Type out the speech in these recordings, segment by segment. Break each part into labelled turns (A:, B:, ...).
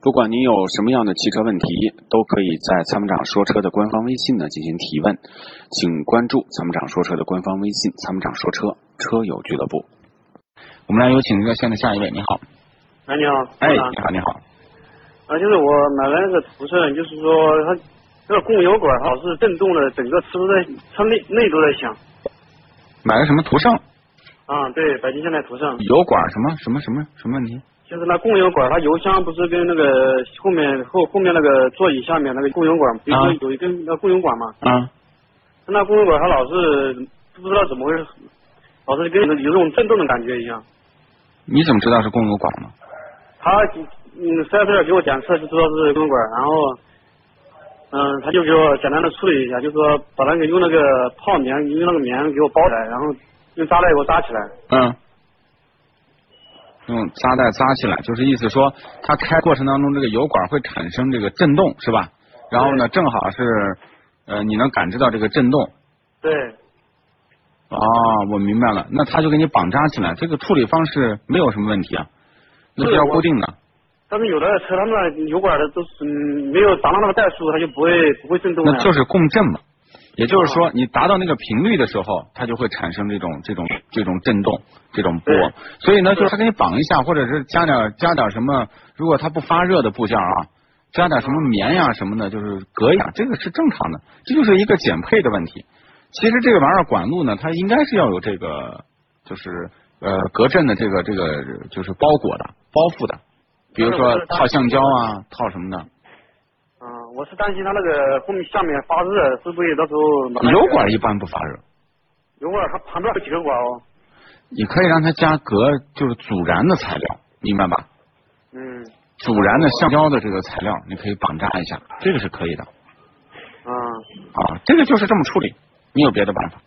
A: 不管您有什么样的汽车问题，都可以在参谋长说车的官方微信呢进行提问，请关注参谋长说车的官方微信“参谋长说车车友俱乐部”。我们来有请热线的下一位，你好，
B: 哎，你好，
A: 哎，
B: 班
A: 你
B: 长
A: 好，你好，
B: 啊，就是我买了那个途胜，就是说它那个供油管老是震动的，整个车都在车内内都在响。
A: 买了什么途胜？
B: 啊，对，北京现代途胜，
A: 油管什么什么什么什么问题？
B: 就是那供油管，它油箱不是跟那个后面后后面那个座椅下面那个供油管，比如说
A: 啊
B: 有一根那供油管嘛，
A: 啊，
B: 它那供油管它老是不知道怎么回事，老是跟有有种震动的感觉一样。
A: 你怎么知道是供油管呢？
B: 他嗯，四 S 店给我检测就知道是公管，然后嗯，他就给我简单的处理一下，就说把那个用那个泡棉，用那个棉给我包起来，然后用扎带给我扎起来。
A: 嗯，用扎带扎起来，就是意思说，它开过程当中这个油管会产生这个震动，是吧？然后呢，正好是，呃，你能感知到这个震动。
B: 对，
A: 啊、我明白了，那它就给你绑扎起来，这个处理方式没有什么问题啊，那是
B: 对
A: 要
B: 我
A: 固定的。
B: 但是有的车他们那油管的都是嗯没有达到那个带数，它就不会不会震动
A: 那
B: 了。
A: 就是共振嘛。也就是
B: 哦
A: 说，你达到那个频率的时候，它就会产生这种这种这种震动、这种波
B: 对。
A: 所以呢，就是是它给你绑一下，或者是加点加点什么，如果它不发热的部件啊，加点什么棉呀、什么的，就是隔一下，这个是正常的。这就是一个减配的问题。其实这个玩意儿管路呢，它应该是要有这个，就是呃隔震的这个这个就是包裹的、包覆的，比如说套橡胶啊、套什么的。
B: 嗯，我是担心它那个后面下面发热，会不会到时候把那个
A: 油管一般不发热。
B: 油管它旁边有几个管哦？
A: 你可以让它加革，就是阻燃的材料，明白吧？
B: 嗯
A: 阻燃的橡胶的这个材料，你可以绑扎一下，这个是可以的
B: 嗯，
A: 啊。这个就是这么处理，你有别的办法？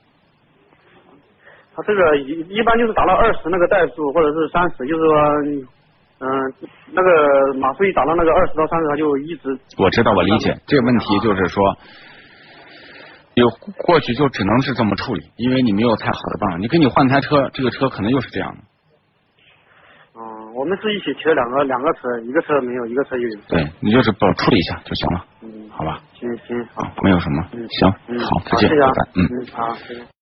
B: 它这个一一般就是达到二十那个代数，或者是三十，就是说，嗯，那个码数一达到那个二十到三十，它就一直
A: 我知道，我理解这个问题，就是说，有或许就只能是这么处理，因为你没有太好的办法。你给你换台车，这个车可能又是这样的。
B: 嗯，我们是一起骑了两个两个车，一个车没有，一个车有。
A: 对你就是保处理一下就行了，
B: 嗯，
A: 好吧？
B: 行行，好，
A: 啊，没有什么
B: 嗯，
A: 行，
B: 嗯，
A: 好，再
B: 好
A: 见，
B: 谢谢啊
A: 拜拜，嗯。
B: 嗯，好，谢谢。